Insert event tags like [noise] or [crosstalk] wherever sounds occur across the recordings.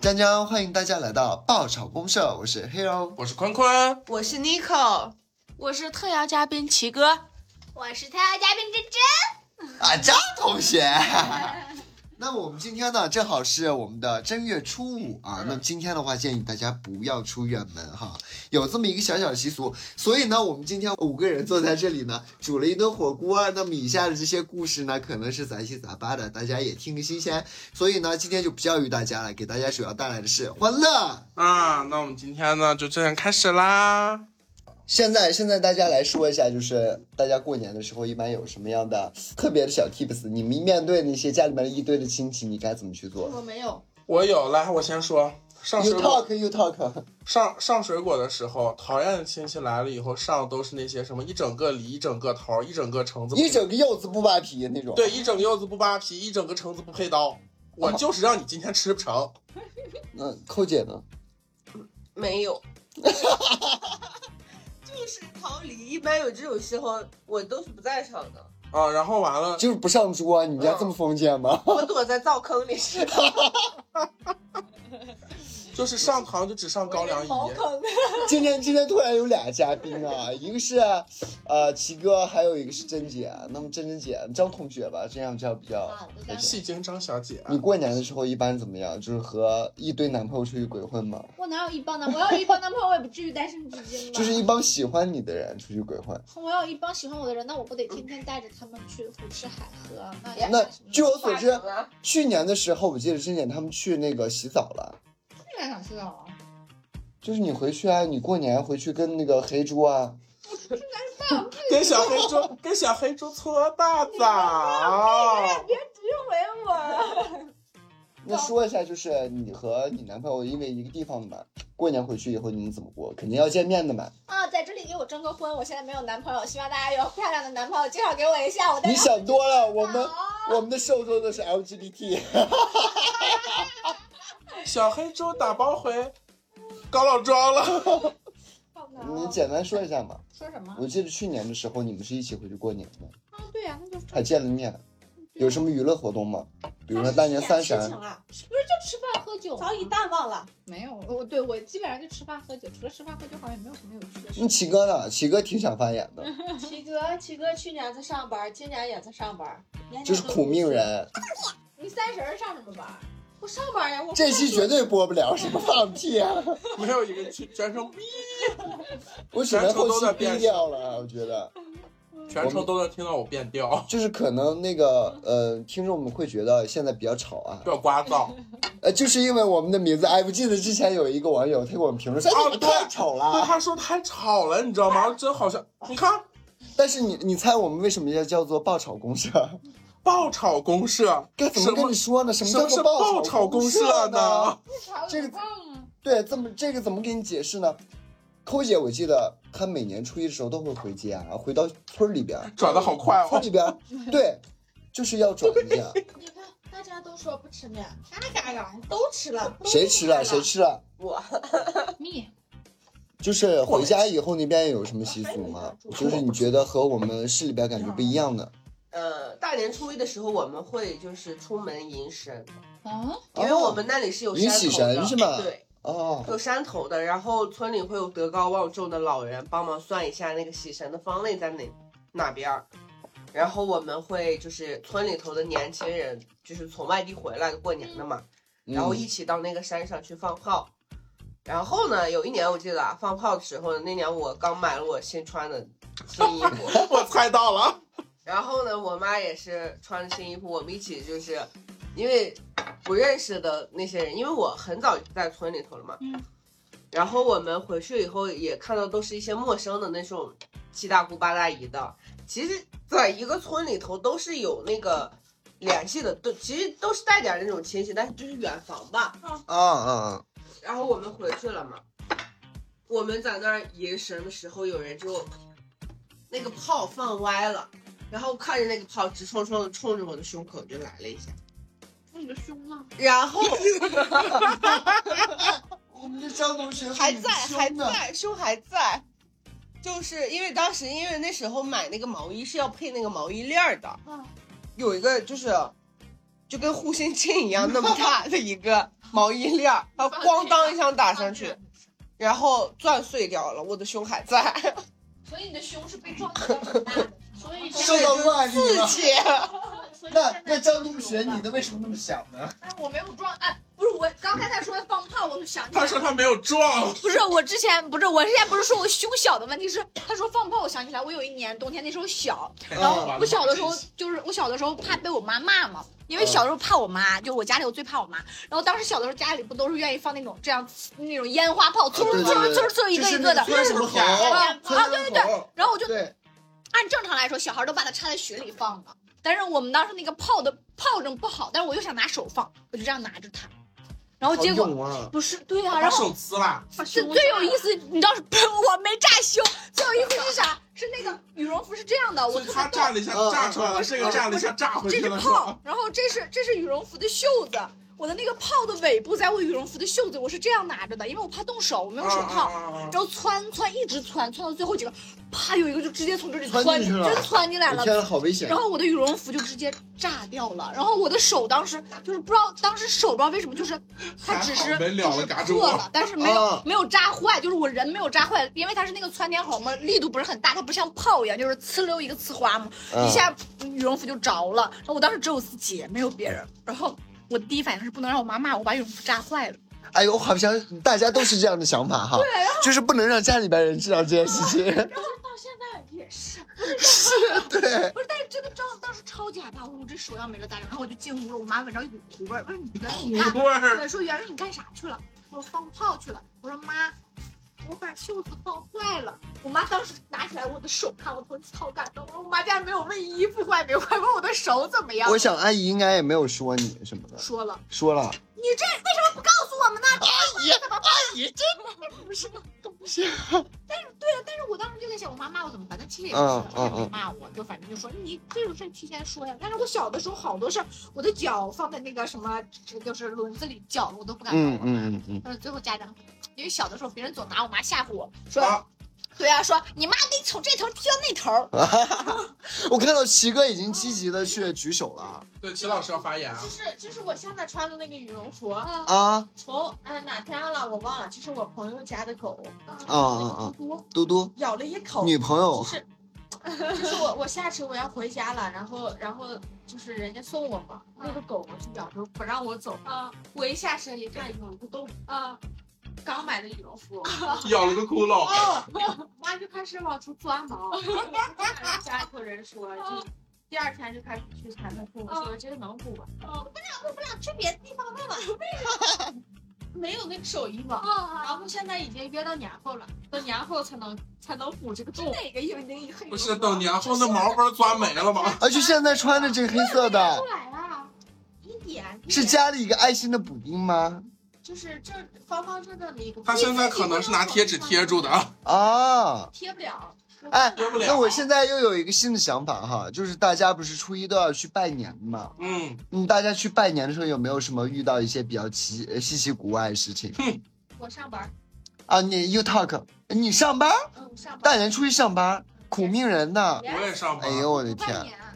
江江，欢迎大家来到爆炒公社，我是 Hero。我是坤坤，我是 Nico，我是特邀嘉宾奇哥，我是特邀嘉宾珍珍，啊，张同学。那我们今天呢，正好是我们的正月初五啊。那么今天的话，建议大家不要出远门哈，有这么一个小小的习俗。所以呢，我们今天五个人坐在这里呢，煮了一顿火锅。那么以下的这些故事呢，可能是杂七杂八的，大家也听个新鲜。所以呢，今天就不教育大家了，给大家主要带来的是欢乐。啊，那我们今天呢就这样开始啦。现在现在大家来说一下，就是大家过年的时候一般有什么样的特别的小 tips？你们面对那些家里面一堆的亲戚，你该怎么去做我没有，我有，来，我先说，上水？You 果 talk, you talk。上上水果的时候，讨厌的亲戚来了以后，上的都是那些什么一整个梨、一整个桃、一整个橙子不，一整个柚子不扒皮那种。对，一整个柚子不扒皮，一整个橙子不配刀。我就是让你今天吃不成，那寇嗯姐呢？没有， [laughs] 就是逃离。一般有这种时候，我都是不在场的，啊，然后完了，就是不上桌，啊你们家这么封建 [laughs] 吗？我躲在灶坑里。 [laughs] 就是上堂就只上高粱茅饴，坑。今天今天突然有俩嘉宾啊，一个是呃齐哥，还有一个是珍姐。啊那么珍珍姐，张同学吧，这样这样比较好的合适。戏精张小姐，你过年的时候一般怎么样？就是和一堆男朋友出去鬼混吗？我哪有一帮男朋友？我要一帮男朋友，我也不至于单身至今吧？就是一帮喜欢你的人出去鬼混。我要一帮喜欢我的人，那我不得天天带着他们去胡吃海喝？那也那什么据我所化知成，了去年的时候，我记得之前他们去那个洗澡了，这俩想洗澡啊？就是你回去啊，你过年回去跟那个黑猪啊，跟小黑 [laughs] 猪跟小黑猪搓大澡，别围我，那说一下，就是你和你男朋友因为一个地方的嘛，过年回去以后你们怎么过？肯定要见面的嘛。啊，在这里给我征个婚，我现在没有男朋友，希望大家有漂亮的男朋友介绍给我一下，我带你他想多了，我们好我们的受众都是 LGBT。小黑猪打包回高老庄了。好难你哦简单说一下嘛。说什么我记得去年的时候，你们是一起回去过年的，啊？对呀、那就是还见了面。有什么娱乐活动吗？比如说大年三三十事儿情，啊，不是就吃饭喝哎酒吗？早已淡忘了。没有，我对我基本上就吃饭喝酒，除了吃饭喝酒，好像也没有什么有趣的那事。奇哥呢？奇哥挺想发言的，齐哥，齐哥去年在上班，今年也在上班，年年就是都苦命人。你三十儿上什么班？我上班呀，我这期绝对播不了什么放屁啊！ [laughs] 没有一个去全程我只能后期逼掉了，啊我觉得全程都能听到我变调， [laughs] 就是可能那个呃，听众们会觉得现在比较吵啊，比较聒 [laughs] 噪。呃，就是因为我们的名字，哎，我记得之前有一个网友他给我们评论说，哦哎，你们太吵对，了。他说太吵了，你知 [laughs] 道吗？真好像你看但是你你猜我们为什么要叫做爆炒公社？爆炒公社，该怎么跟你说呢？什什么么叫是做爆炒炒公社社呢？？这个嗯，对，这么这个怎么给你解释呢？抠姐，我记得她每年初一的时候都会回家，回到村里边儿，转的好快村 [laughs] 哦！里边儿，对，就是要转啊一下。你看大家都说不吃面，嘎嘎嘎都吃了，谁吃了？谁吃了？我蜜就是回家以后那边有什么习俗吗？就是你觉得和我们市里边感觉不一样的？呃，大年初一的时候，我们会就是出门迎神，啊，因为哦我们那里是有山头的，迎喜神是吧对，哦，有山头的，然后村里会有德高望重的老人帮忙算一下那个喜神的方位在哪哪边儿，然后我们会就是村里头的年轻人，就是从外地回来的过年的嘛，然后嗯一起到那个山上去放炮。然后呢，有一年我记得啊，放炮的时候，那年我刚买了我新穿的新衣服，我猜到了，然后呢，我妈也是穿着新衣服，我们一起就是，因为不认识的那些人，因为我很早就在村里头了嘛，嗯然后我们回去以后也看到都是一些陌生的那种七大姑八大姨的，其实在一个村里头都是有那个联系的，都其实都是带点那种亲戚，但是就是远房吧，啊啊然后我们回去了嘛，我们在那儿迎神的时候，有人就那个炮放歪了，然后看着那个炮直冲冲的冲着我的胸口就来了一下，你的胸啊，然后我们的张同学还 [laughs] 在还，啊在胸还在，就是因为当时因为那啊时候买那个毛衣是要配那个毛衣链儿的，嗯有一个就是就跟护心镜一样那么大的一个毛衣链 [laughs] 儿，然后咣当一下打上去，然后钻碎掉了，我的胸还在， [laughs] 所以你的胸是被撞击到很大的， [laughs] 所以这受样到外力自了。己。 [laughs] 所以那现在那张同就是学，有了你的为什么那么小呢？哎，我没有撞，哎，不是我刚才他说放炮，我就想起来他说他没有撞，不是我之前不是我之前不是说我胸小的问题是，他说放炮，我想起来我有一年冬天那时候小，然后我小的时候就是我小的时候怕被我妈骂嘛，因为小时候怕我妈，就是我家里我最怕我妈。然后当时小的时候家里不都是愿意放那种这样那种烟花炮，嗖对对嗖对嗖嗖嗖一个一个的。就是那什么 [laughs] 啊好？啊，对对对，对，然后我就对，按正常来说，小孩都把它插在雪里放嘛。但是我们当时那个炮的炮仗不好，但是我又想拿手放，我就这样拿着它，然后结果果不是对啊，把然后手撕了，最最有意思，你知道是 [laughs] 我没炸胸，最有意思是啥？是那个羽绒服是这样的，我所以特他别炸逗。了一下嗯炸出来了，这个炸了一下炸回这去是了，是吧炮，然后这是这是羽绒服的袖子，我的那个炮的尾部在我羽绒服的袖子，我是这样拿着的，因为我怕冻手，我没有手套。啊啊啊啊然后窜窜一直窜，窜到最后几个，啪有一个就直接从这里窜窜，进去了真窜进来我了。天呐，好危险然！后我的羽绒服就直接炸掉了，然后我的手当时就是不知道，当时手不知道为什么就是它只还是好没了就了是嘎吱窝破了，但是没有、啊没有炸坏，就是我人没有炸坏，因为它是那个窜天猴嘛，力度不是很大，它不像炮一样就是呲溜一个呲花嘛，啊一嗯下羽绒服就着了。然后我当时只有自己，没有别人，然后我第一反应是不能让我妈骂我把羽绒服炸坏了，哎呦，我好像大家都是这样的想法哈，就是不能让家里边人知道这件事情。到现在也是。对，不是，但是真的当当时超级害怕，我说我这手要没了咋整？然后我就进屋了，我妈闻着一股糊味儿，问你干你土干味儿，对，说圆圆你干啥去了？我说放炮去了。我说妈，我把袖子放坏了。我妈当时拿起来我的手看，我头超感动。我妈竟然没有问衣服坏没坏，问我的手怎么样。我想阿姨应该也没有说你什么的，说了，说了。你这为什么不告诉我们呢？阿姨，阿姨，这不是不是。但是对啊，啊但是我当时就在想，我妈骂我怎么办？但其实也不是，嗯她也嗯没嗯骂我，就反正就说你这种事儿提前说呀。但是我小的时候好多事儿，我的脚放在那个什么，就是轮子里脚我都不敢动。嗯嗯嗯但是最后家长，因为小的时候别人总拿我妈吓唬我，说，啊对啊，说你妈给你从这头踢到那头儿，嗯， [laughs] 我看到齐哥已经积极的去举手了啊对，齐老师要发言啊就，是就是我现在穿的那个羽绒服，啊从哎哪天了我忘了，就是我朋友家的狗，啊啊啊！嘟嘟咬了一口，女朋就友是就是我我下车我要回家了，然后然后就是人家送我嘛，那个狗就咬着不让我走，啊我一下车一看有一个洞，啊，刚买的羽绒服，咬了个窟窿，哦，妈就开始往出钻毛，家里头人说就。第二天就开始去产那补，我说这个能补吗？不想去别的地方问问没有那个手艺嘛。啊，然后现在已经约到年后了，等年后才能才能补这个洞。哪个有那一黑不是等年后那毛不是钻没了吗？啊，就现在穿的这个黑色的出，来啊，一点一是点加了一个爱心的补丁吗？就是正方方正正的一个。他现在可能是拿贴纸贴住的，啊，啊，贴不了。哎贴不了。那我现在又有一个新的想法哈，就是大家不是初一都要去拜年吗？嗯，嗯，大家去拜年的时候有没有什么遇到一些比较奇呃稀奇古怪的事情我上班，啊？你 you talk，你上班，嗯，我上班。大年初一上班，苦命人呐！我也上哎班。呦我的半天，年啊，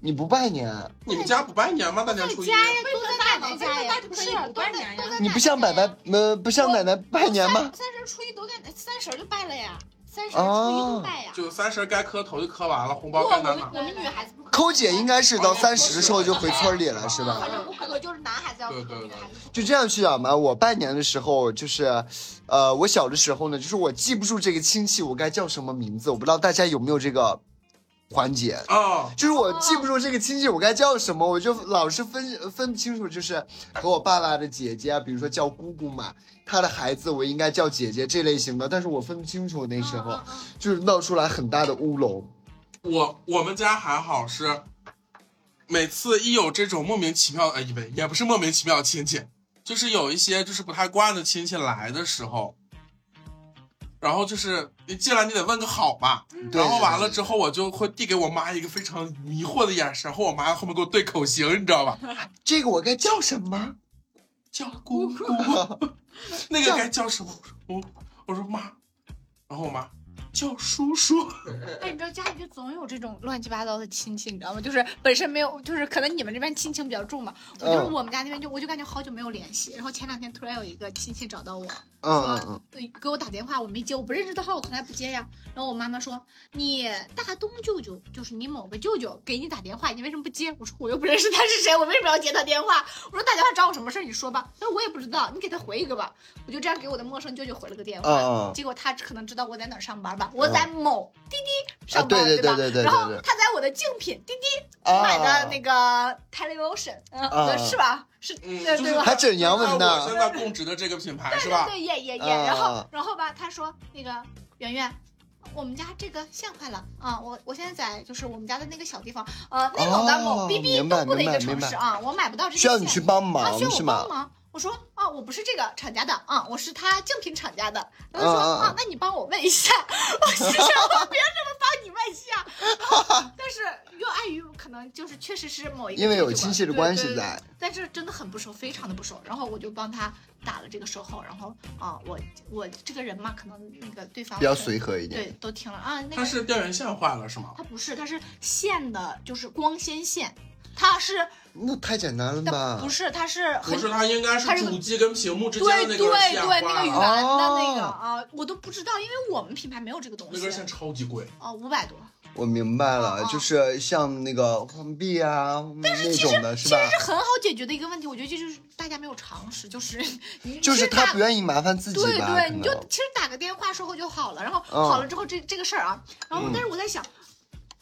你不拜年，你们家不拜年吗？大年在初一。家呀，都在大奶奶奶家家呀呀，是都在都在都在你不像奶奶奶奶家呀呃不像奶奶拜年吗？三十初一都在三十儿就拜了呀，三十儿初一哦都拜呀。就三十该磕头就磕完了，红不，包我该拿拿们。我们女孩子不可以抠姐应该是哎到三十的时候就回村里了，是吧反？正我可能就是男孩子要磕，女孩子不可就这样去讲吧。我拜年的时候，就是，呃，我小的时候呢，就是我记不住这个亲戚我该叫什么名字，我不知道大家有没有这个环节。啊，就是我记不住这个亲戚我该叫什么，我就老是分分不清楚，就是和我爸爸的姐姐啊，比如说叫姑姑嘛，她的孩子我应该叫姐姐这类型的，但是我分不清楚那时候，嗯就是闹出来很大的乌龙。我我们家还好是，每次一有这种莫名其妙，哎，不也不是莫名其妙的亲戚，就是有一些就是不太惯的亲戚来的时候，然后就是你进来你得问个好吧，对然后完了之后我就会递给我妈一个非常迷惑的眼神，然后我妈在后面给我对口型，你知道吧？这个我该叫什么？叫姑 [laughs] 姑，那个该叫什么？我我说妈，然后我妈叫叔叔。哎，你知道家里就总有这种乱七八糟的亲戚，你知道吗？就是本身没有，就是可能你们这边亲情比较重嘛。我就是嗯我们家那边就我就感觉好久没有联系，然后前两天突然有一个亲戚找到我，嗯嗯嗯，对，给我打电话，我没接，我不认识的号我从来不接呀。然后我妈妈说你大东舅舅，就是你某个舅舅给你打电话，你为什么不接？我说我又不认识他是谁，我为什么要接他电话？我说打电话找我什么事儿？你说吧。他说我也不知道，你给他回一个吧。我就这样给我的陌生舅舅回了个电话。嗯嗯结果他可能知道我在哪儿上班吧，我在某滴滴上嗯班，啊对对吧？对对对对然后对对他在我的竞品滴滴啊，买的那个 Television，、嗯啊是吧？是，嗯对就对是吧？ [laughs] 他啊整杨文啊那我呢现，在供职的这个品牌是吧？对，也也也，啊然后啊然后吧，他说那个圆圆。我们家这个线坏了啊！我我现在在就是我们家的那个小地方，呃，内蒙的某哦 BB 明白东部的一明个白城明白市啊，我买不到这个需要你去线，帮他忙需要我是吗？帮忙。我说啊，我不是这个厂家的啊，我是他竞品厂家的。然后啊说啊啊啊，那你帮我问一下。 [laughs] 我心想，我凭什么帮你问一下？ [laughs] 然后但是又碍于可能就是确实是某一个因为有舅舅吧亲戚的对关对系对在。但是真的很不熟，非常的不熟。然后我就帮他打了这个售后，然后啊，我我这个人嘛，可能那个对方比较随和一点。对都听了啊。那它个是电源线坏了是吗？他不是，他是线的，就是光纤线，它是那太简单了它吧不？是，它是不很是，它应该它是是个主机跟屏幕之间对的那对根对线那个坏圆了，的那个哦啊，我都不知道，因为我们品牌没有这个东那根线西超级贵。啊，五百多。我明白哦了哦，就是像那个换币啊那种的，是吧？这很好解决的一个问题，我觉得这就是大家没有常 [laughs] 识，就是你就是打他不愿意麻烦自己对吧？对，可你就能其实打个电话售后就好了，然后嗯好了之后这这个事儿啊，然后嗯但是我在想，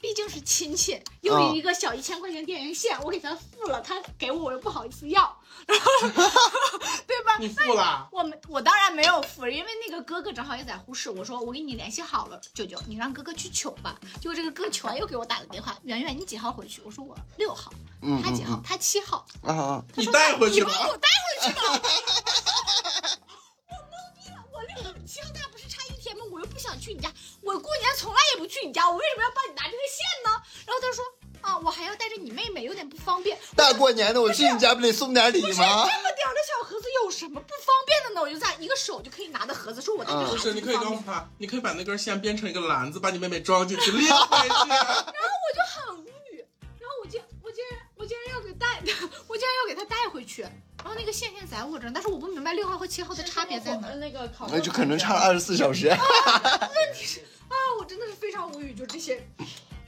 毕竟是亲戚，又一个小一千块钱电源线，我给他付了，他给我我又不好意思要， [laughs] [laughs] 然后啊对吧？你付了？我们我当然没有付，因为那个哥哥正好也在呼市，我说我给你联系好了，舅舅，你让哥哥去取吧。结果这个哥取完又给我打了电话，圆圆你几号回去？我说我六号，嗯他嗯几号？他七号。啊啊，你带回你去 [laughs] 帮吧。我带回去吧。我懵逼了，我六号七号大不是差一天吗？我又不想去你家，我过年从来也不去你家，我为什么要帮你拿这个线呢？然后他说啊，我还要带着你妹妹，有点不方便。哎大过年的，我去你家不得送点礼不是这 [laughs] 吗？么点儿的小盒子有什么不方便的呢？我就在一个手就可以拿的盒子，说我带着嗯孩不子是，你可以不方告便诉他，你可以把那根线编成一个篮子，把你妹妹装进去拎回 [laughs] 去。啊我就很无语。然后我竟我竟然我竟然要给带， [laughs] 我竟然要给他带回去。然后那个线线在我这儿，但是我不明白六号和七号的差别在哪儿。那个烤那就可能差了二十四小时。啊，我真的是非常无语，就这些。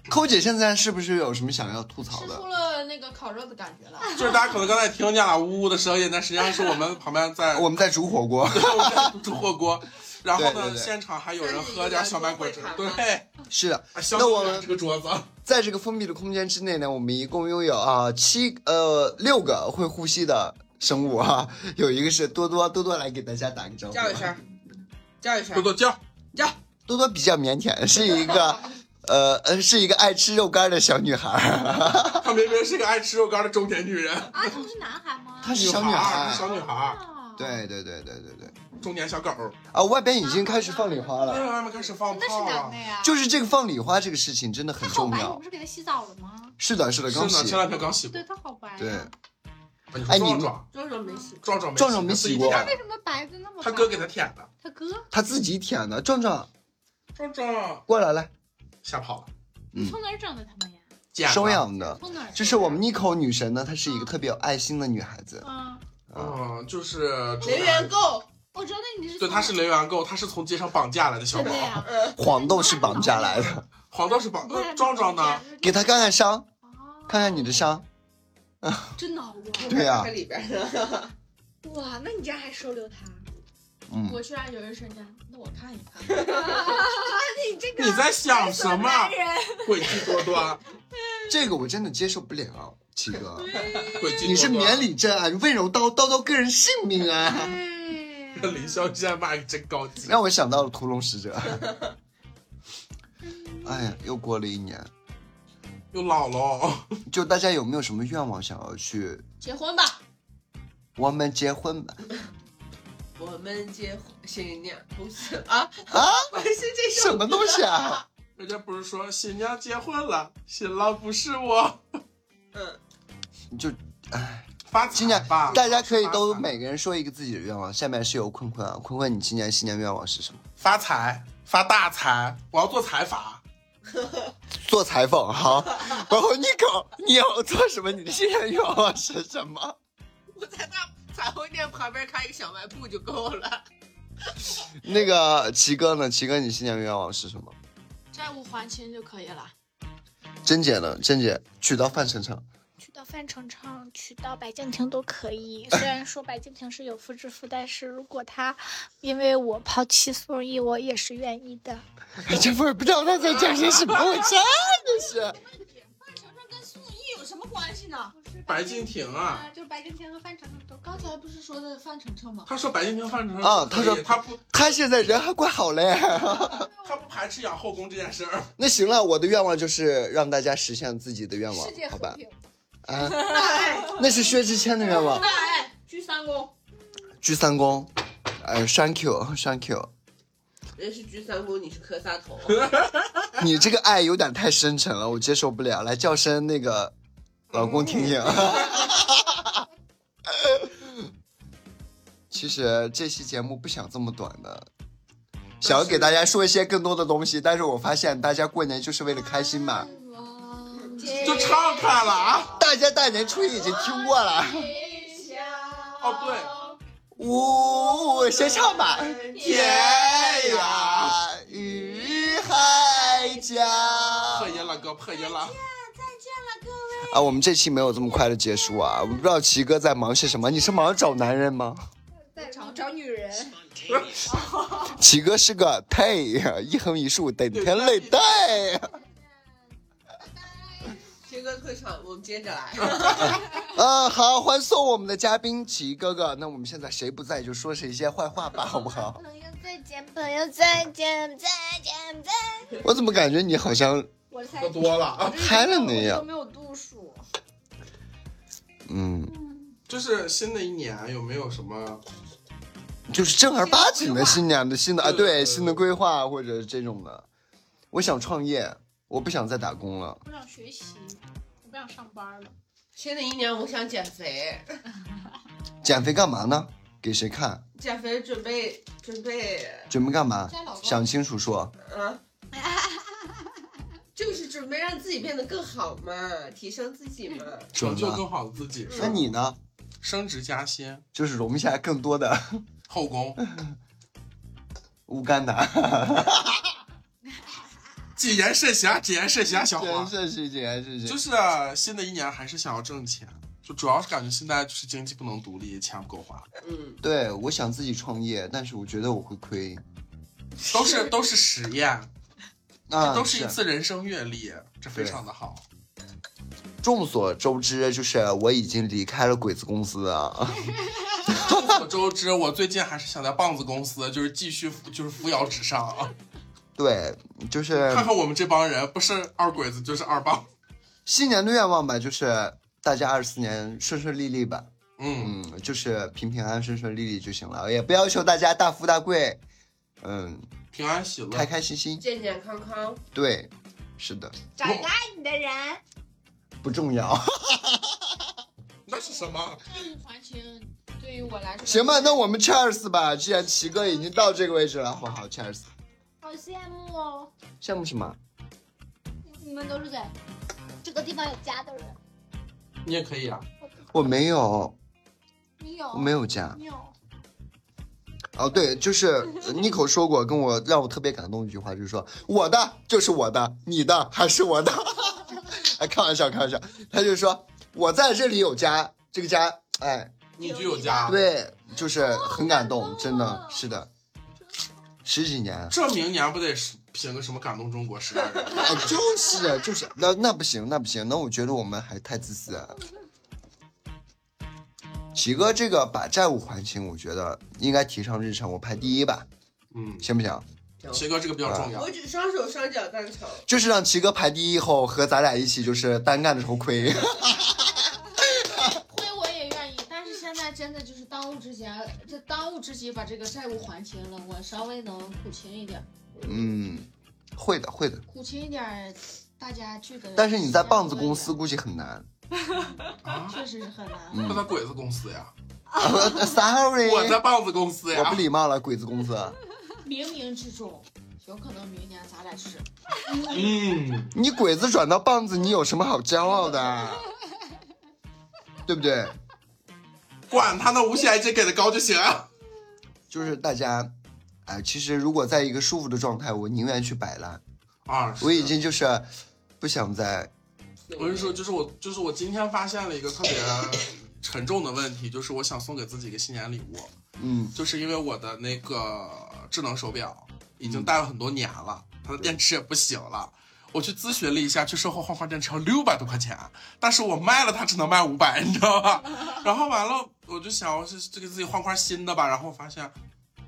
寇姐现在是不是有什么想要吐槽吃的出？了那个烤肉的感觉了。就是大家可能刚才听见了呜呜的声音，但实际上是我们旁边在我们在煮火锅，[laughs] [laughs] 我们在煮火 [laughs] 锅，然后对对呢，对现场还有人喝点小麦果汁，但是你对，是的，啊小那我米这个桌子，在这个封闭的空间之内呢，我们一共拥有啊七呃六个会呼吸的生物哈、 [laughs] 有一个是多多，多多来给大家打个招呼，啊叫一声，叫一声多，多叫，多多比较腼腆，是一个， [laughs] 呃呃，是一个爱吃肉干的小女孩儿。 [laughs] 她明明是个爱吃肉干的中年女人，啊，他们是男孩吗？她是小女女孩儿，小女孩，啊，对对对对对对。中年小狗，啊，外边已经开始放礼花哎了，呀，外面开始放那是炮啊男的了。呀。啊就是这个放礼花这个事情真的他很好重白，你要不。是给他洗澡了吗？是的，是的，是刚呢，洗前。两天刚洗过对。他好白呀。啊对，你哎说你壮壮，装装没洗，壮壮没壮壮没洗过他自己为舔什么白的那么的白？他哥给他舔的。他哥，她自己舔的。壮壮，壮壮过来来，吓跑了，嗯你从哪儿整的他们呀？捡了收。养的。从哪儿？这是我们 Nico 女神呢，她是一个特别有爱心的女孩子。啊，嗯，就是人员够，我知道哦那你是对，他是从人员购，他是从街上绑架来的小真狗的。呀。黄豆是绑架来的，黄道是绑，呃壮壮呢？？给她看看伤，啊看看你的，伤。真挠过。对呀、这里边的，哇，那你这还收留他？嗯，我居然有人参加，那我看一看。 [laughs] 那你这你在想什么？男人 [laughs] 诡计多端，这个我真的接受不了，七哥，诡计多端。你是免礼真啊，你温柔叨叨叨个人性命啊。哎凌霄现在骂你真高级。让我想到了屠龙使 [laughs] 者。哎呀，又过了一年，又老了，哦就大家有没有什么愿望想要去？结婚吧，我们结婚吧！ [laughs] 我们结婚新娘不是啊啊，不是这首什么东西啊？人家不是说新娘结婚了，新郎不是我，嗯，就哎，发财今年吧，大家可以发都财每个人说一个自己的愿望。下面是由坤坤啊，坤坤，你今年新年愿望是什么？发财，发大财，我要做财阀。做裁缝哈。然后你搞，你要做什么？你的新人愿望是什么？我在那彩虹店旁边开一个小卖部就够了。那个奇哥呢？奇哥，你新年愿望是什么？债务还清就可以了。珍姐呢？珍姐娶到范丞 [laughs] 丞，娶到范丞丞，娶到白敬亭都可以。虽然说白敬亭是有夫之妇，但是如果他因为我抛弃宋轶，我也是愿意的。这会儿不知道他在讲些什么，我真的是。范丞丞跟宋轶有什么关系呢？白敬亭啊，啊，就白敬亭和范丞丞都刚才不是说的范丞丞吗？他说白敬亭、范丞丞啊都可他以说他不他现在人还怪好嘞。他不排斥养后宫这件事儿。那行了，我的愿望就是让大家实现自己的愿望世界，好和吧？平。啊，那是薛之谦的愿望，哎，居三公。鞠三躬，哎，thank you，thank you。人是鞠三躬，你是磕仨 [laughs] 头。你这个爱有点太深沉了，我接受不了。来叫声那个老公听听。其实这期节目不想这么短的，想要给大家说一些更多的东西，但是我发现大家过年就是为了开心嘛。就唱开了啊！大家大年初一已经听过了，哦，呜、先唱吧。天涯与海角。对，破音了，哥，破音了。啊，我们这期没有这么快的结束啊！我不知道奇哥在忙些什么，你是忙着找男人吗？在找找女人，奇哥是个配，啊一横一竖，顶天立地。这个退场，我们接着来。啊，好，欢送我们的嘉宾奇哥哥。那我们现在谁不在就说谁一些坏话吧，好不好？朋友再见，朋友再见，再见，再见。我怎么感觉你好像我才喝多了啊！拍了那都样？没有度数。嗯，就是新的一年有没有什么？就是正儿八经的新年的新的啊，对对，新的规划或者这种的。我想创业，我不想再打工了。我想学习，我不想上班了。 [laughs] 新的一年我想减肥，减肥干嘛呢？给谁看？减肥准备准备，准备干嘛？家老公想清楚说。啊， [laughs] 就是准备让自己变得更好嘛，提升自己嘛。准拯救吗更好的自己，是那吧你呢？升职加薪，就是容下更多的后宫乌干达。 [laughs] 谨言慎行，啊谨言慎行，小真花。是是真是，就是是新的一年还是想要挣钱，就主要是感觉现在就是经济不能独立，钱不够花，嗯，对，我想自己创业，但是我觉得我会亏。都是都是实验，啊，都是一次人生阅历，这非常的好。众所周知，就是我已经离开了鬼子公司啊。 [laughs] 众所周知，我最近还是想在棒子公司就是继续就是扶摇直上啊！对，就是看看我们这帮人，不是二鬼子就是二棒。新年的愿望吧，就是大家二四年顺顺利利吧。嗯，嗯，就是平平安安、顺顺利利就行了，也不要求大家大富大贵。嗯，平安喜乐开。开心心。健健康康，对，是的，展开你的人，不重要。那是什么？债务还清对于我来说，行吧，那我们 cheers 吧。既然奇哥已经到这个位置了，好不好？cheers。好羡慕哦！羡慕什么？你们都是在这个地方有家的人，你也可以啊。我没有，你有我没有家。你有？哦，对，就是呃 Nico 说过，跟我让我特别感动的一句话，就是说我的就是我的，你的还是我的。 [laughs] 哎，开玩笑，开玩笑。他就说我在这里有家，这个家，哎，你就有家，，对，就是很感动，真的是的，十几年，啊这明年不得是评个什么感动中国十大人？ [laughs] 哎，就是就是，啊那那不行，那不行，那我觉得我们还太自私了。喜哥，这个把债务还清，我觉得应该提上日程，我排第一吧，嗯，行不行？奇哥这个比较重要我。啊只双手双脚单挑。就是让奇哥排第一后和咱俩一起就是单干的时候亏。亏我也愿意，但是现在真的就是当务之急，啊这当务之急把这个债务还清了，我稍微能苦情一点， [laughs] 嗯，会的，会的。苦情一点，大家聚的。但是你在棒子公司，估计很难。 [laughs] 啊，确实是很难。那在嗯鬼子公司呀， ，sorry，我在棒子公司我不呀。礼貌了，鬼子公司。冥冥之中，有可能明年咱俩是。嗯，你鬼子转到棒子，你有什么好骄傲的？啊 [laughs] 对不对？管他呢，无锡癌症给的高就行。啊就是大家，哎、其实如果在一个舒服的状态，我宁愿去摆烂。啊，我已是经就是不想再我跟你说，就是我，就是我今天发现了一个特别沉重的问题，就是我想送给自己一个新年礼物，嗯就是因为我的那个智能手表已嗯经戴了很多年了，它的电池也不行了。我去咨询了一下，去售后换换电池要六百多块钱，但是我卖了它只能卖五百，你知道 [laughs] 吧？然后完了，我就想，我是这给自己换块新的吧，然后我发现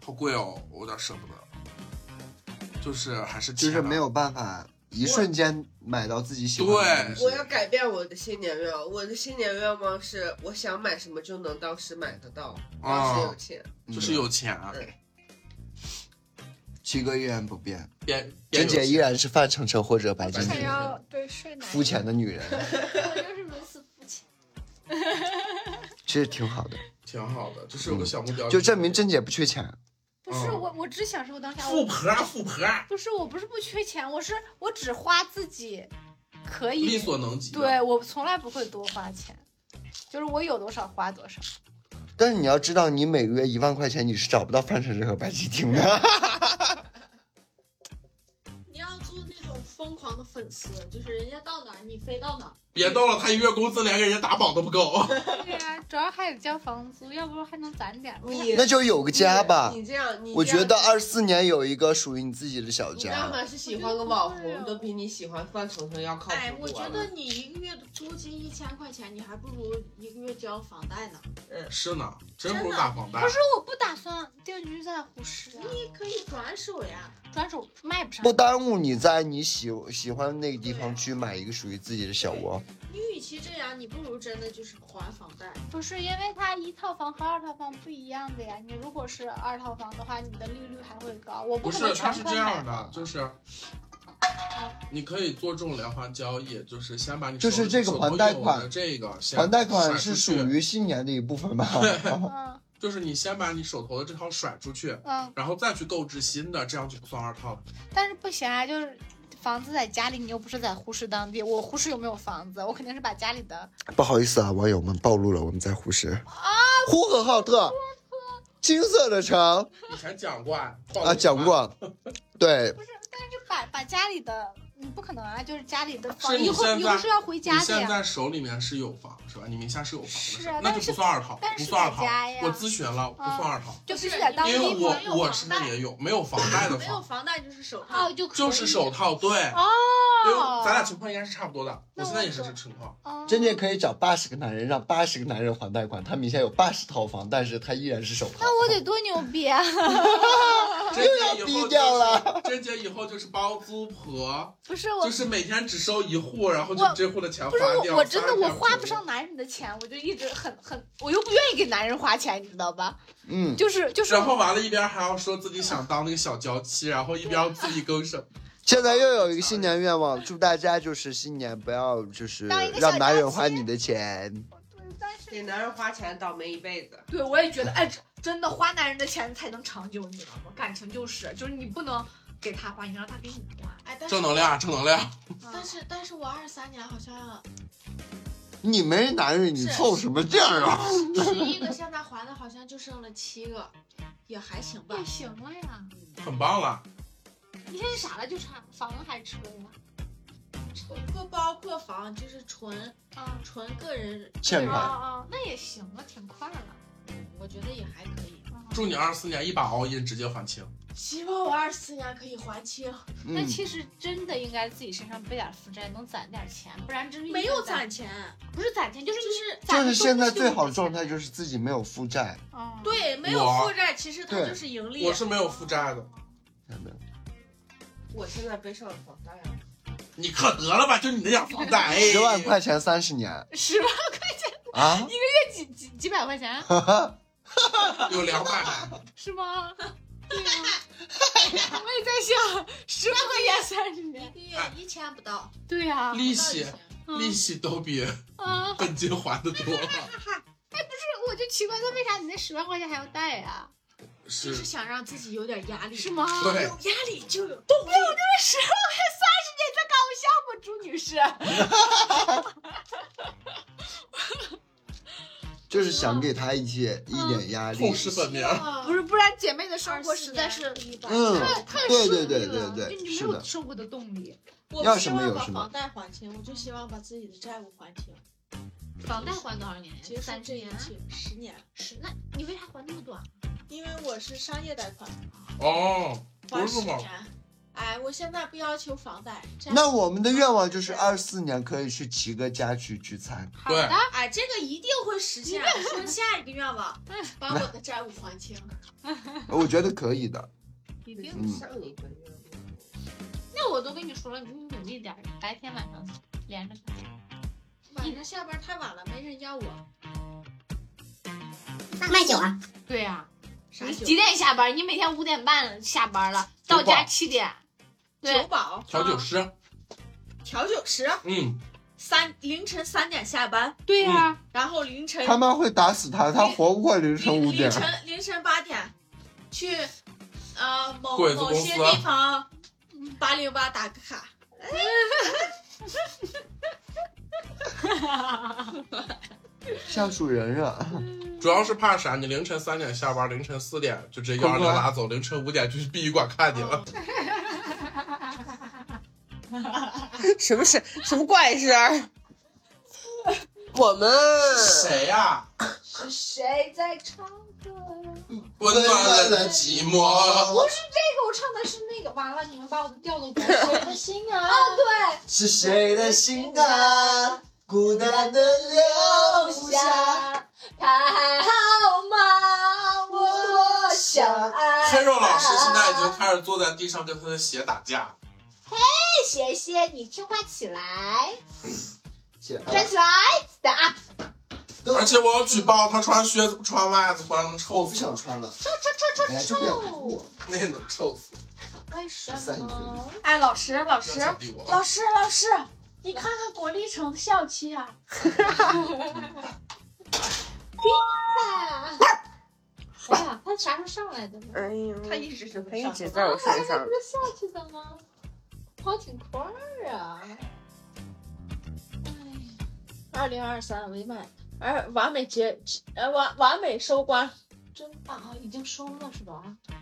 好贵哦，我有点舍不得，就是还是就是钱啊没有办法一瞬间买到自己喜欢的东对嗯我要西。改变我的新年愿望，我的新年愿望是我想买什么就能当时买得到，当时有钱。啊就是有钱，啊嗯七哥依然不变，也也珍有姐钱依然是范丞丞或者白我敬想亭，要对睡男人，肤浅的女人，我就是如此肤浅。 [laughs] 其实挺好的，挺好的，就是有个小目标，嗯就证明珍姐不缺钱。不是嗯我，我只享受当下。富我婆啊富婆啊，不是，我不是不缺钱，我是我只花自己可力以。所能及。啊对，我从来不会多花钱，就是我有多少花多少。但是你要知道，你每个月一万块钱，你是找不到范丞丞和白敬亭的。你要做那种疯狂的粉丝，就是人家到哪儿你飞到哪儿。别逗了，他一月工资连给人家打榜都不够。 [laughs] 对呀、主要还得交房租，要不还能攒点。你 [laughs] 那就有个家吧 [laughs] 你。你这样，你我觉得二二四年有一个属于你自己的小你要家。凡是喜欢个网红，都比你喜欢范丞丞要靠谱多了。啊哎，我觉得你一个月的租金一千块钱，你还不如一个月交房贷呢。是呢，真不如打房贷不。是，我哦不打算定居在虎石、啊，你可以转手呀。转手卖不上不。耽误你在你喜喜欢那个地方去买一个属于自己的小窝。你与其这样，你不如真的就是还房贷。不是，因为它一套房和二套房不一样的呀。你如果是二套房的话，你的利率还会高。我不可能是，他全是款这买样的，就是你可以做这种连环交易，就是先把你就是手里这个手还头贷有款的这个先还贷款甩是出属去，于新年的一部分吧？嗯就是你先把你手头的这套甩出去，嗯，然后再去购置新的，这样就不算二套了。但是不行啊，就是房子在家里，你又不是在呼市当地。我呼市有没有房子？我肯定是把家里的。 [laughs] 不好意思啊，网友们暴露了我们在呼市啊，呼和浩特，金色的城以前讲过啊，啊，讲，过，对，不是，但是把把家里的，你不可能啊，就是家里的房，是你以后现以在后是要回你家的现呀。在手里面是有房是吧？你名下是有房的，是啊那但就是不算二套，但不是算二在套家。呀我咨询了，不算二套。就必须不是得当因为地我没有我房之前贷也有没有房贷的没有房，房贷就是手铐哦，，就可以就是手套，对，因为哦，咱俩情况应该是差不多的，我那现在我也是懂这情况，哦真正可以找八十个男人，让八十个男人还贷款，他名下有八十套房，但是他依然是首套。那我得多牛逼啊！真姐以后低调了，真姐以后就是包租婆，不是我就，是每天只收一户，然后就哦我这户的钱不是花掉，我，我真的花我掉花不上。男人的钱，我就一直很很，我又不愿意给男人花钱，你知道吧？嗯，就是就是，然后完了，一边还要说自己想当那个小娇妻，然后一边要自力更生。现在又有一个新年愿望，祝大家就是新年不要就是当一个小让男人娇花你的钱。但是给男人花钱倒霉一辈子。对我也觉得，哎，真真的花男人的钱才能长久，你知道吗？感情就是，就是你不能给他花，你让他给你花。哎，但是正能量，正能量。嗯但是但是我二三年好 [laughs] 像你没男人，你是凑什么劲儿啊？十一个，现在还的好像就剩了七个，也还行吧也。行了呀，很棒了，你现在啥了？就差房还车呀？不包括房，就是纯啊纯个人，欠啊款啊，那也行了，挺快了。我觉得也还可以。啊祝你二四年一把 all in 直接还清。希望我二四年可以还清，那嗯，其实真的应该自己身上背点负债，能攒点钱，哎不然真是没有攒，攒钱，不是攒钱，就是就你是就攒是的现在最好的东西状态就是自己没有负债。嗯，对，没有我负债，其实它对就是盈利我。是没有负债的，我现在背上了房贷啊，你可得了吧，就你那点房 [laughs] 贷，哎十万块钱三十年十万块 [laughs] 啊？几几几百块钱有两百， [laughs] 是 [laughs] 吗？对呀、哎我也在想，十万块钱三十一年，个月一千不到， [laughs] 对呀、啊，哎利不到一息千。利息都比啊， [laughs] 本金还的多。哎我就奇怪，那为啥你那十万块钱还要贷呀、就是是想让自己有点压力，是？吗？对压力就有动力。时候还三十年在搞笑吗，朱女士？就是想给他一些一点压力。嗯痛失本名。不是，是，不然姐妹的生活实在是一般。嗯太，太对顺对对利对了对，就是你没有的，生活的动力。我要不希什么望有把什么房贷还清，我就希望把自己的债务还清。房贷还多少年呀？其实三这十年年啊，去十年，十那你为啥还那么短？啊因为我是商业贷款，哦，不还是十吗？年。哎，我现在不要求房贷。债务那我们的愿望就是二四年可以去齐哥家去聚 [laughs] 餐。对，哎，这个一定会实现。我说下一个愿望， [laughs] 把我的债务还清。我觉得可以的。一定嗯上一个月那我都跟你说了，你就努力点儿，白天晚上连着看。晚上下班太晚了，没人要我。卖酒啊，对呀、啥你酒几？点下班？你每天五点半下班了，到九家宝七点。酒对，保、调酒师，调酒师，嗯，三凌晨三点下班，对呀、然后凌晨他妈会打死他，他活不过凌晨凌五点凌。晨凌晨八点去呃某贵族某公些司地方八零八打个 [laughs] 卡。下属人啊人，主要是怕啥？你凌晨三点下班，凌晨四点就直接幺二坤零坤拉走，凌晨五点就去殡仪馆看你了。什么事？什么怪事儿？我们 [laughs] [laughs] 谁呀？是谁在唱歌？温暖了寂寞。不是这个，我唱的是那个。完了，你们把我的调都给我。我的心 [laughs] 啊！啊， [laughs] 是谁的心啊？孤单的哦留下。 [laughs] 还好吗？我想爱。黑肉老师现在已经开始坐在地上跟他的鞋打架。谢谢你听话起来，姐哎起来，stand up，而且我要举报他穿靴子不穿袜子，不然能臭我不死。想穿了，本来就不想看我，那也能臭死。为什三岁么？哎，老师，老不师，要小弟我。老师，老师，你看看国立城的校区啊！哎呀，他啥时候上来的呢？哎呦，他一直是他一直在我身 [laughs] 上。下去的吗？跑挺快哎啊！二零二三唯美，而完美结，呃完完美收官。真哦棒，已经收了是吧？嗯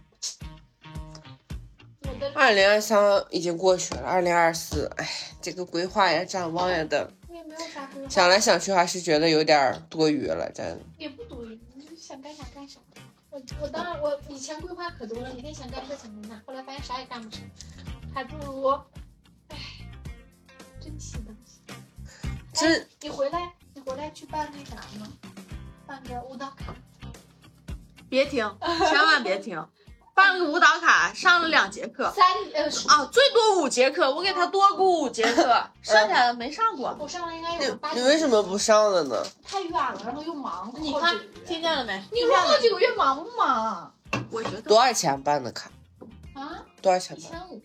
二零二三已经过去了，二零二四，哎，这个规划呀、展望呀的，我也没有啥规划，想来想去还是觉得有点儿多余了，真的。也不多，你就想干啥干啥。我我当然我以前规划可多了，每天想干这想干那，后来发现啥也干不成，还不如，唉，珍惜的。真你回来，你回来去办那啥吗？办个舞蹈卡。别停，千万别停。办个舞蹈卡，上了两节课三呃，啊，最多五节课，我给他多过五节课，剩下的没上过。我上来应该哎你有八。你为什么不？上了呢？太远了，然后又忙。你后看几个月听见了没？你说后几个月忙不忙？我觉得多少钱办的卡？啊，多少钱一办？千五。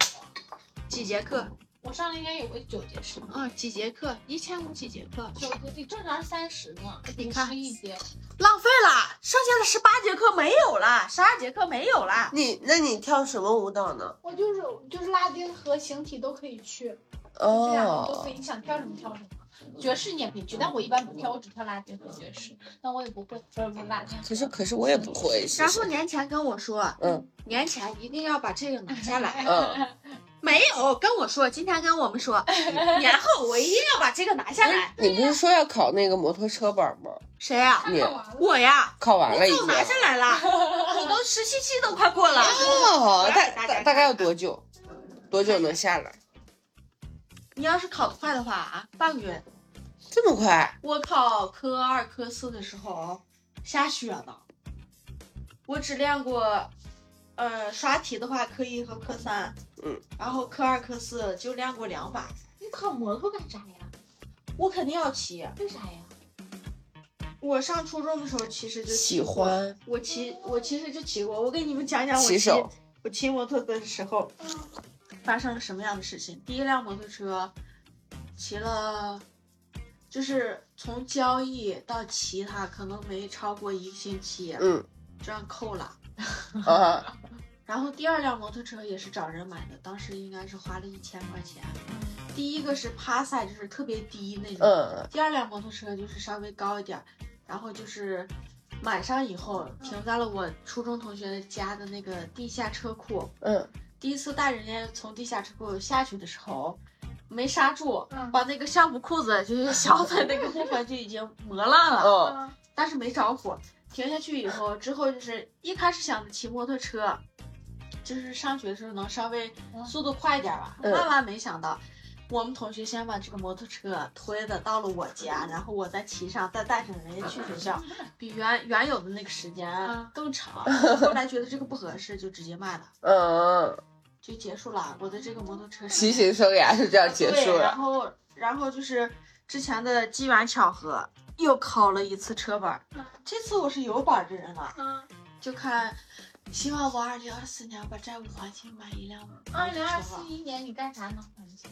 几节课我上来应该有个九节是吗？啊，几节课，一千五几节课，九个，你正常是三十呢，你看十一节。浪费了，剩下的十八节课没有了，十二节课没有了。你那你跳什么舞蹈呢？我就是就是拉丁和形体都可以去，这两个都哦可以，，你想跳什么跳什么。爵士你也可以去，但我一般不跳，我只跳拉丁和爵士，但我也不会，不是不是拉丁。可是可是我也不会。其然实后年前跟我说，嗯年前一定要把这个拿下来。 [laughs] 嗯，没有跟我说，今天跟我们说，年后我一定要把这个拿下来。你不是说要考那个摩托车班吗？谁呀、你我哎呀，考我完了已早经。拿下来 [laughs] 了，我都实习期都快过了。哦，大大大概大概要多久？多久能下来？你要是考得快的话啊，半个月。这么快？我考科二、科四的时候下雪了，我只练过，呃，刷题的话，科一和科三，嗯，然后科二、科四就练过两把。你考摩托干啥呀？我肯定要骑，为啥呀？我上初中的时候其实就骑喜过，欢我骑我其实就骑过。我给你们讲讲我骑骑手我骑摩托的时候发生了什么样的事情。第一辆摩托车骑了，就是从交易到骑它，可能没超过一个星期，嗯，这样扣了。啊，然后第二辆摩托车也是找人买的，当时应该是花了一千块钱。第一个是趴赛，就是特别低那种。嗯第二辆摩托车就是稍微高一点儿，然后就是买上以后停在了我初中同学家的那个地下车库。嗯，第一次带人家从地下车库下去的时候，没刹住，嗯把那个校服裤子就是小腿那个部分就已经磨烂哦了。嗯啊但是没着火。停下去以后，之后就是一开始想着骑摩托车，就是上学的时候能稍微速度快一点吧。嗯万万没想到，我们同学先把这个摩托车推的到了我家，然后我再骑上，再带上人家去学校，比原原有的那个时间啊更长。后来觉得这个不合适，就直接卖了，嗯，就结束了我的这个摩托车骑行生涯是这样结束对，然了。后然后就是之前的机缘巧合，又考了一次车本儿，嗯这次我是有本儿的人了，嗯，就看。希望我二零二四年把债务还清，买一辆摩托车吧二零二四一年你干啥能还清？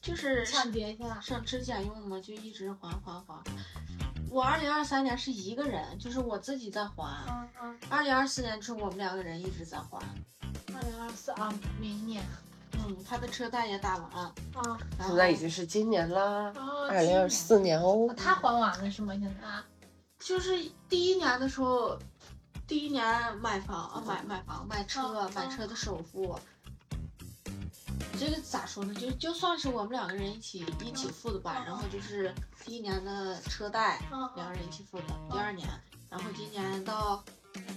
就是抢劫去了。省吃俭用嘛，就一直还还还。我二零二三年是一个人，就是我自己在还。嗯嗯，二零二四年是我们两个人一直在还。二零二四啊，明年。嗯，他的车贷也打完了，嗯啊，然后现在已经是今年啦，哦二零二四年哦啊哦。他还完了是吗？现在？就是第一年的时候，第一年买房啊，买买房买车嗯买车的首付，这个咋说呢？就就算是我们两个人一起一起付的吧，然后就是第一年的车贷，嗯两个人一起付的，第二年，然后今年到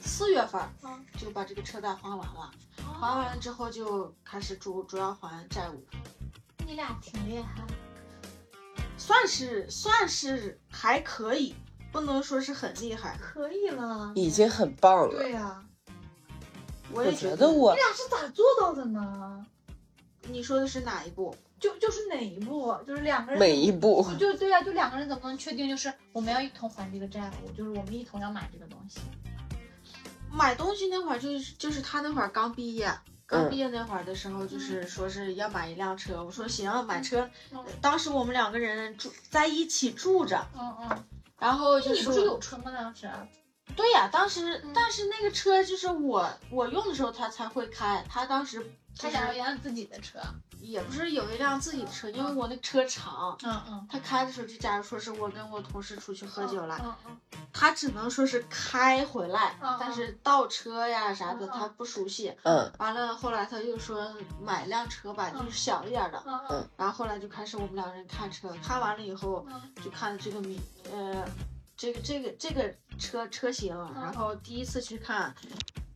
四月份嗯哦就把这个车贷还完了，还完了之后就开始主主要还债务，你俩挺厉害，算是算是还可以，不能说是很厉害，可以了。已经很棒了。呀、我我也觉得得我你俩是咋做到的呢？你说的是哪一步？就就是哪一步？就是两个人每一步就啊对呀、就两个人怎么能确定就是我们要一同还这个债务，就是我们一同要买这个东西？买东西那会儿就是就是他那会儿刚毕业，刚毕业那会儿的时候，就是说是要买一辆车，我说行，买车。嗯当时我们两个人住在一起住着，嗯嗯，然后就你不是说有车吗？当时对呀、当时、嗯但是那个车就是我我用的时候他才会开，他当时他就是想要一辆自己的车。也不是有一辆自己的车，因为我那车长。嗯嗯。他开的时候，就假如说是我跟我同事出去喝酒了，嗯嗯他只能说是开回来，嗯嗯但是倒车呀啥的嗯嗯他不熟悉。嗯，完了，后来他又说买辆车吧，就是小一点的。嗯嗯然后后来就开始我们两个人看车，看完了以后嗯就看这个米呃，这个这个这个车车型，啊嗯然后第一次去看，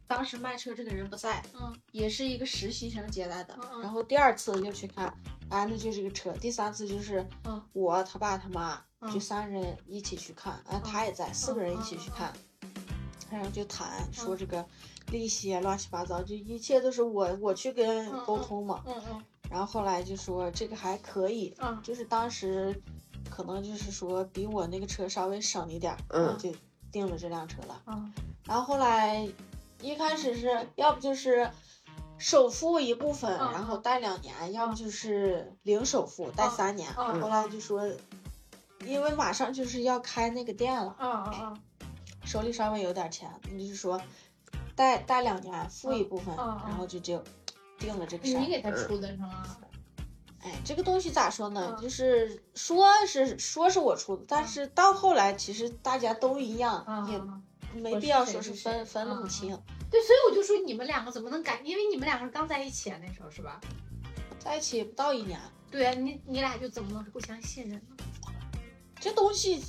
当时卖车这个人不在，嗯也是一个实习生接待的嗯。嗯然后第二次又去看，啊，那就是个车。第三次就是嗯我他爸他妈嗯就三人一起去看，啊，他也在，四个人一起去看，然后就谈说嗯这个利息啊，乱七八糟，就一切都是我我去跟人沟通嘛。嗯嗯然后后来就说这个还可以，嗯就是当时可能就是说比我那个车稍微省一点儿，嗯我就定了这辆车了。嗯然后后来一开始是要不就是首付一部分，嗯然后贷两年，要不就是零首付贷三年。嗯后来就说，因为马上就是要开那个店了，嗯嗯手里稍微有点钱，那就是说贷贷两年付一部分，嗯嗯然后就就定了这个事儿。你给他出的是吗？哎，这个东西咋说呢？嗯就是说是说是我出的，但是到后来其实大家都一样，嗯嗯。也没我必是要谁说是是谁分分那嗯么嗯清。对，所以我就说你们两个怎么能感？因为你们两个是刚在一起啊，那时候是吧？在一起不到一年，对啊，你你俩就怎么能互相信任呢？这东西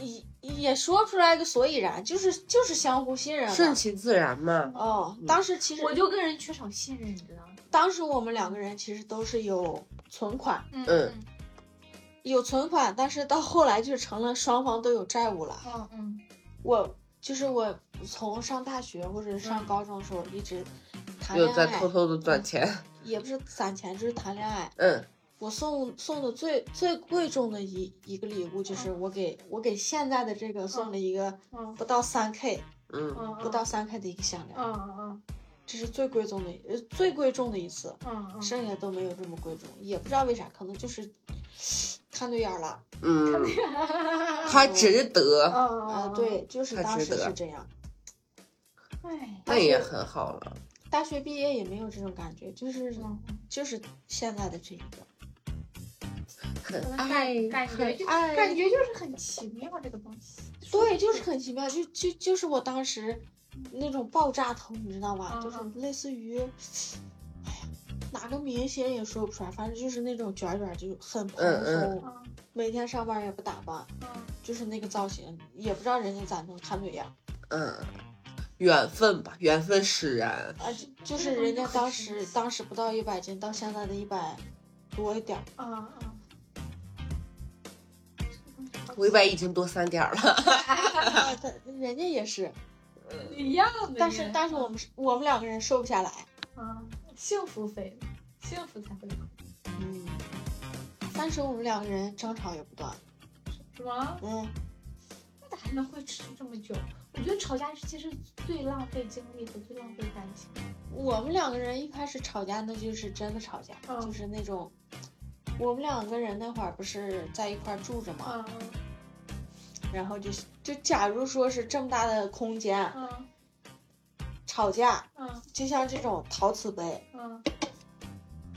也也说不出来个所以然，就是就是相互信任嘛。顺其自然嘛。哦，当时其实我就跟人缺少信任，你知道吗？当时我们两个人其实都是有存款，嗯嗯有存款，但是到后来就成了双方都有债务了。嗯嗯我就是我从上大学或者嗯上高中的时候一直谈又恋在爱偷，偷的赚钱。也不是攒钱，就是谈恋爱。嗯我送送的最最贵重的一一个礼物，就是我给我给现在的这个送了一个嗯不到三 K、嗯嗯，不到三 K 的一个项链，嗯嗯这是最贵重的呃最贵重的一次，嗯嗯，剩下都没有这么贵重，也不知道为啥，可能就是 [sniffs] 看对眼儿了。 [laughs] 嗯，他值得。嗯哦啊，，对，就是太当值时得是这样。那也很好了。大学毕业也没有这种感觉，就是嗯就是现在的这一个，很感感觉就哎感觉就是很奇妙这个东西。对，就是很奇妙，就就就是我当时那种爆炸头，你知道吧？就是嗯类似于，哎哎呀，哪个明星也说不出来，反正就是那种卷卷，就很蓬嗯嗯松，每天上班也不打扮，嗯就是那个造型，也不知道人家咋能看对眼儿嗯，缘分吧，缘分使然。啊，就就是人家当时当时不到一百斤，到现在的一百多一点儿，嗯嗯，我一百已经多三点儿了，啊但人家也是，一样的。但是但是我们是我们两个人瘦不下来，嗯，幸福肥了，幸福才会有嗯，但是我们两个人争吵也不断，是吗？嗯。那咋还能会持续这么久？我觉得吵架是其实最浪费精力和最浪费感情。我们两个人一开始吵架，那就是真的吵架，嗯就是那种，我们两个人那会儿不是在一块儿住着嘛，嗯然后就就假如说是这么大的空间嗯吵架，嗯就像这种陶瓷杯，嗯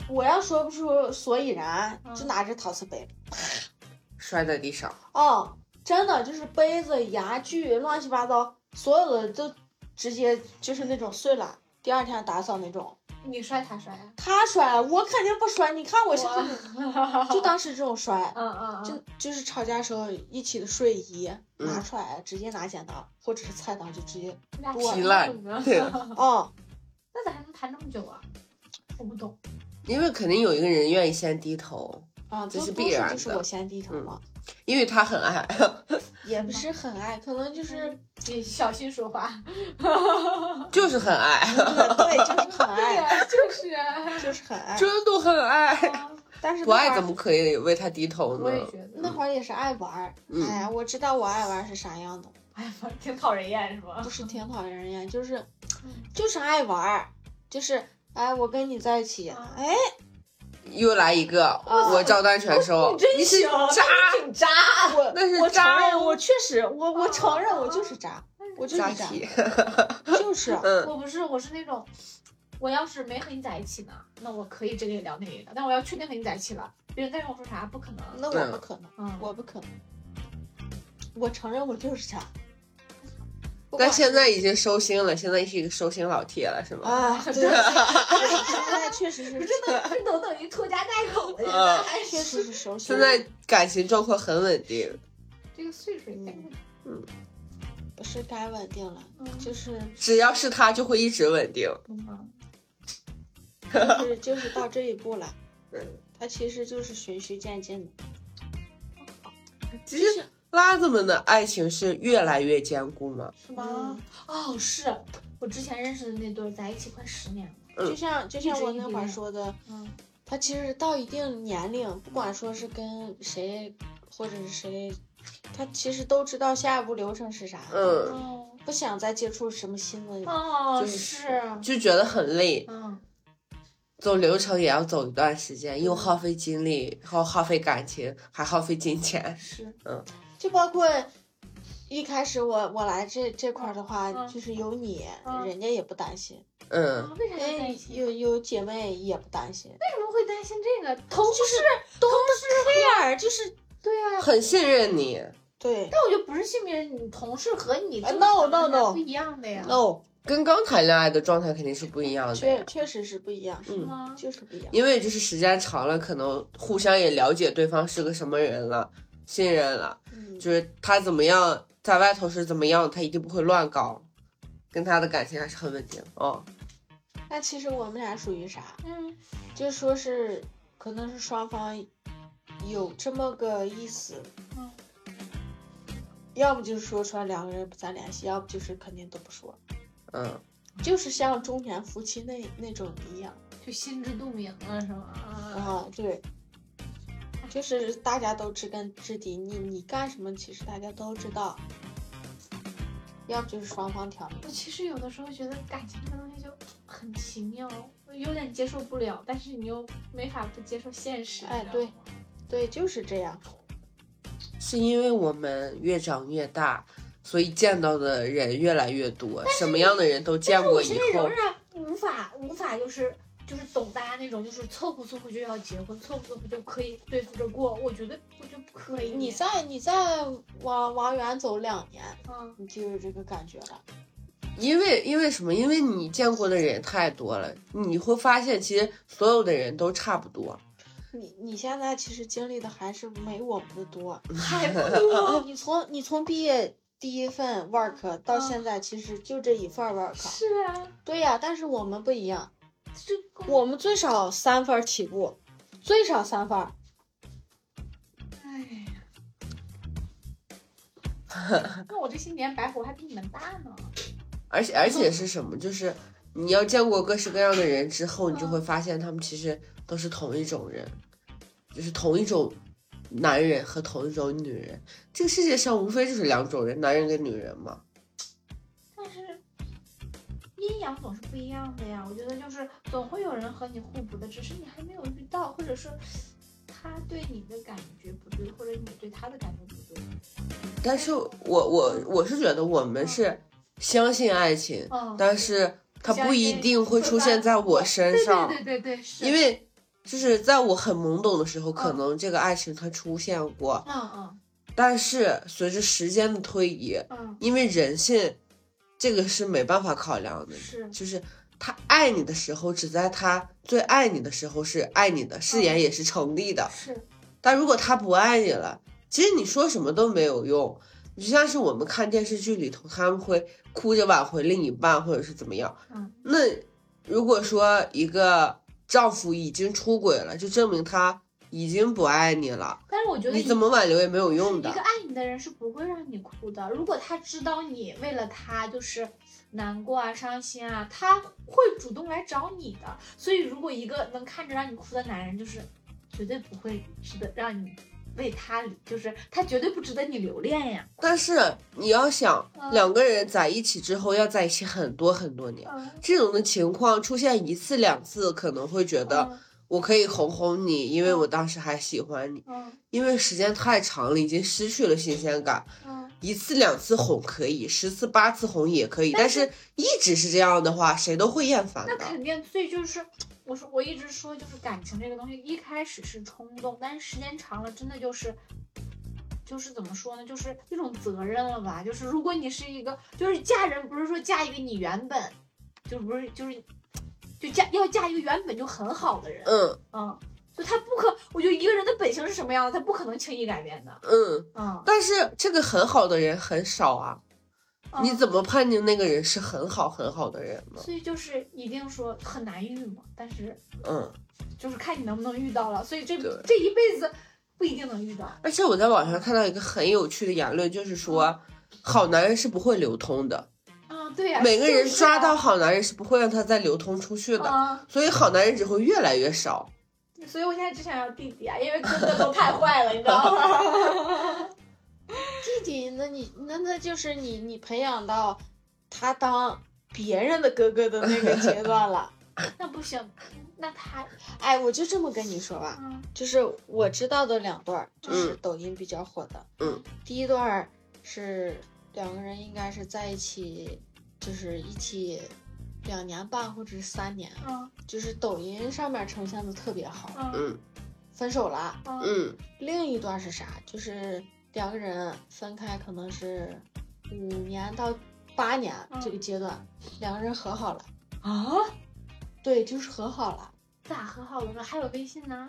我要说不出所以然，嗯就拿着陶瓷杯，摔在地上。哦，真的就是杯子、牙具、乱七八糟，所有的都直接就是那种碎了，第二天打扫那种。嗯，你摔他摔啊？他摔，我肯定不摔，你看我是不是我就当时这种摔，嗯嗯就嗯，就是吵架时候一起的睡衣啊嗯拿出来，直接拿剪刀或者是菜刀就直接，那啊多皮赖对哦， [laughs] 那咋还能谈这么久啊？我不懂。因为肯定有一个人愿意先低头，啊，这都是都必然就是的我先低头嗯嘛，因为他很爱。也不是很爱，可 [laughs] 能就是嗯你小心说话。就是很 [laughs] 爱，对，就是很对爱，呀，就是啊。就是很爱，真的很爱。但是不那爱会儿怎么可以为他低头我也呢？觉得，那会儿也是爱玩儿，嗯哎呀，我知道我爱玩儿是啥样的，哎， [laughs] 挺讨人厌是吧不？嗯是挺讨人厌，就是就是爱玩儿，就是哎，我跟你在一起，啊哎，又来一个，我照单全收。你是渣，挺渣。我那是我承渣认，哦我确实，我我承认啊我就是渣，我就渣是渣，体。就是 [laughs] 嗯，我不是，我是那种，我要是没和你在一起呢，那我可以这个也聊那个也聊，但我要确定和你在一起了，别人再跟我说啥，不可能。那我不可能。嗯，我不可能，我承认我就是渣。不管但现在已经收心了，现在是一个收心老铁了，是吗？啊， [laughs] 对，现在确实是，这都等于拖家带口了，现嗯在还确是实是熟悉现。在感情状况很稳定，这个岁数也该嗯不是该稳定了，嗯就是只要是他就会一直稳定。嗯就是就是到这一步 [laughs] 了嗯。它其实就是循序渐进的。其实拉子们的爱情是越来越坚固嘛，是吗？哦，是我之前认识的那对儿在一起快十年了，嗯就像就像我那会儿说的，嗯他其实到一定年龄，不管说是跟谁或者是谁，他其实都知道下一步流程是啥，嗯，哦不想再接触什么新的。哦就是是就觉得很累，嗯走流程也要走一段时间，又耗费精力，耗耗费感情，还耗费金钱。是就包括一开始我我来这这块儿的话，嗯就是有你，嗯人家也不担心，嗯啊，为啥要在哎一，起？有有姐妹也不担心，为什么会担心这个？同事都不 care，就是对啊，很信任你。对但我觉得不是性别认同，你同事和你啊正，no，常的 no，no 不一样的呀。 no，跟哦刚谈恋爱的状态肯定是不一样的哦确呀。确实是不一样，嗯，吗？就是不一样。因为就是时间长了，可能互相也了解对方是个什么人了，信任了，嗯，就是他怎么样，在外头是怎么样，他一定不会乱搞，跟他的感情还是很稳定哦。那其实我们俩属于啥？嗯就说是可能是双方有这么个意思，嗯要不就是说出来两个人不再联系，要不就是肯定都不说，嗯，就是像中年夫妻那那种一样。就心知肚明了是吗？啊，对，就是大家都知根知底，你你干什么，其实大家都知道。要不就是双方挑明我，其实有的时候觉得感情这个东西就很奇妙，我有点接受不了，但是你又没法不接受现实。哎你知道吗，对，就是这样。是因为我们越长越大，所以见到的人越来越多，什么样的人都见过我现以在后仍，然无法无法就是就是懂大家那种就是凑合凑合就要结婚，凑合凑合就可以对付着过，我觉得我就不可以。你再你再往往远走两年，嗯，你就有这个感觉了。因为因为什么？因为你见过的人太多了，你会发现其实所有的人都差不多。你你现在其实经历的还是没我们的 [laughs] 多，太不多你从你从毕业第一份 work 到现在，其实就这一份 work。嗯是啊，对呀、但是我们不一样，我们最少三分起步，最少三分。哎， [laughs] 那我这些年白活还比你们大呢。而且而且是什么？就是你要见过各式各样的人之后，你就会发现他们其实都是同一种人，就是同一种男人和同一种女人。这个世界上无非就是两种人，男人跟女人嘛。但是阴阳总是不一样的呀。我觉得就是总会有人和你互补的，只是你还没有遇到，或者是他对你的感觉不对，或者你对他的感觉不对。但是我我我是觉得我们是相信爱情嗯，但是它不一定会出现在我身上。啊对对对对，是因为就是在我很懵懂的时候，可能这个爱情它出现过，嗯嗯但是随着时间的推移，嗯，因为人性这个是没办法考量的，是就是他爱你的时候，只在他最爱你的时候是爱你的，誓言也是成立的。是，但如果他不爱你了，其实你说什么都没有用。你就像是我们看电视剧里头，他们会哭着挽回另一半，或者是怎么样。嗯那如果说一个丈夫已经出轨了，就证明他已经不爱你了，但是我觉得你怎么挽留也没有用的一个。爱你的人是不会让你哭的。如果他知道你为了他就是难过啊、伤心啊，他会主动来找你的。所以，如果一个能看着让你哭的男人，就是绝对不会值得让你为他，就是他绝对不值得你留恋呀。但是你要想，嗯两个人在一起之后要在一起很多很多年，嗯，这种的情况出现一次两次，可能会觉得嗯我可以哄哄你，因为我当时还喜欢你。嗯因为时间太长了，已经失去了新鲜感。嗯，一次两次哄可以，十次八次哄也可以，但但是是一直是这样的话，谁都会厌烦那的。肯定，所以就是我说我一直说，就是感情这个东西，一开始是冲动，但是时间长了，真的就是。就是怎么说呢，就是一种责任了吧。就是如果你是一个，就是嫁人，不是说嫁一个你原本就不是就是就嫁要嫁一个原本就很好的人，嗯嗯，就他不可，我觉得一个人的本性是什么样的，他不可能轻易改变的，嗯，嗯。但是这个很好的人很少啊，嗯你怎么判定那个人是很好很好的人呢？所以就是一定说很难遇嘛，但是嗯。就是看你能不能遇到了。所以这对这一辈子不一定能遇到。而且我在网上看到一个很有趣的言论，就是嗯说，好男人是不会流通的，啊，对呀、每个人就是抓啊到好男人是不会让他再流通出去的，啊，所以好男人只会越来越少。所以我现在只想要弟弟啊，因为哥哥都太坏了，你知 [laughs] 道吗？弟弟，那你那那就是你你培养到他当别人的哥哥的那个阶段了。 [laughs] 那不行，那他哎，我就这么跟你说吧，嗯就是我知道的两段儿，就是嗯抖音比较火的。嗯，第一段儿是两个人应该是在一起，就是一起两年半或者是三年，嗯就是抖音上面呈现的特别好。嗯嗯分手了。嗯嗯另一段是啥？就是两个人分开，可能是五年到八年嗯这个阶段，两个人和好了。哦啊，对，就是和好了，咋和好了呢？还有微信呢？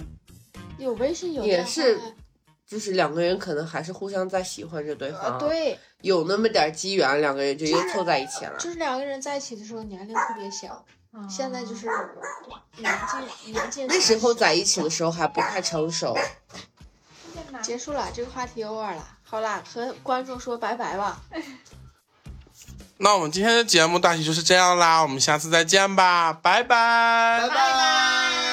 有微信有也电话是呀就是两个人可能还是互相在喜欢着对呃，方，对，有那么点机缘，两个人就又凑在一起了。就是两个人在一起的时候年龄特别小，啊现在就是年近年近那时候30在一起的时候还不太成熟，在哪？结束了，这个话题 over 了。好啦，和观众说拜拜吧。那我们今天的节目大体就是这样啦，我们下次再见吧，拜拜拜拜。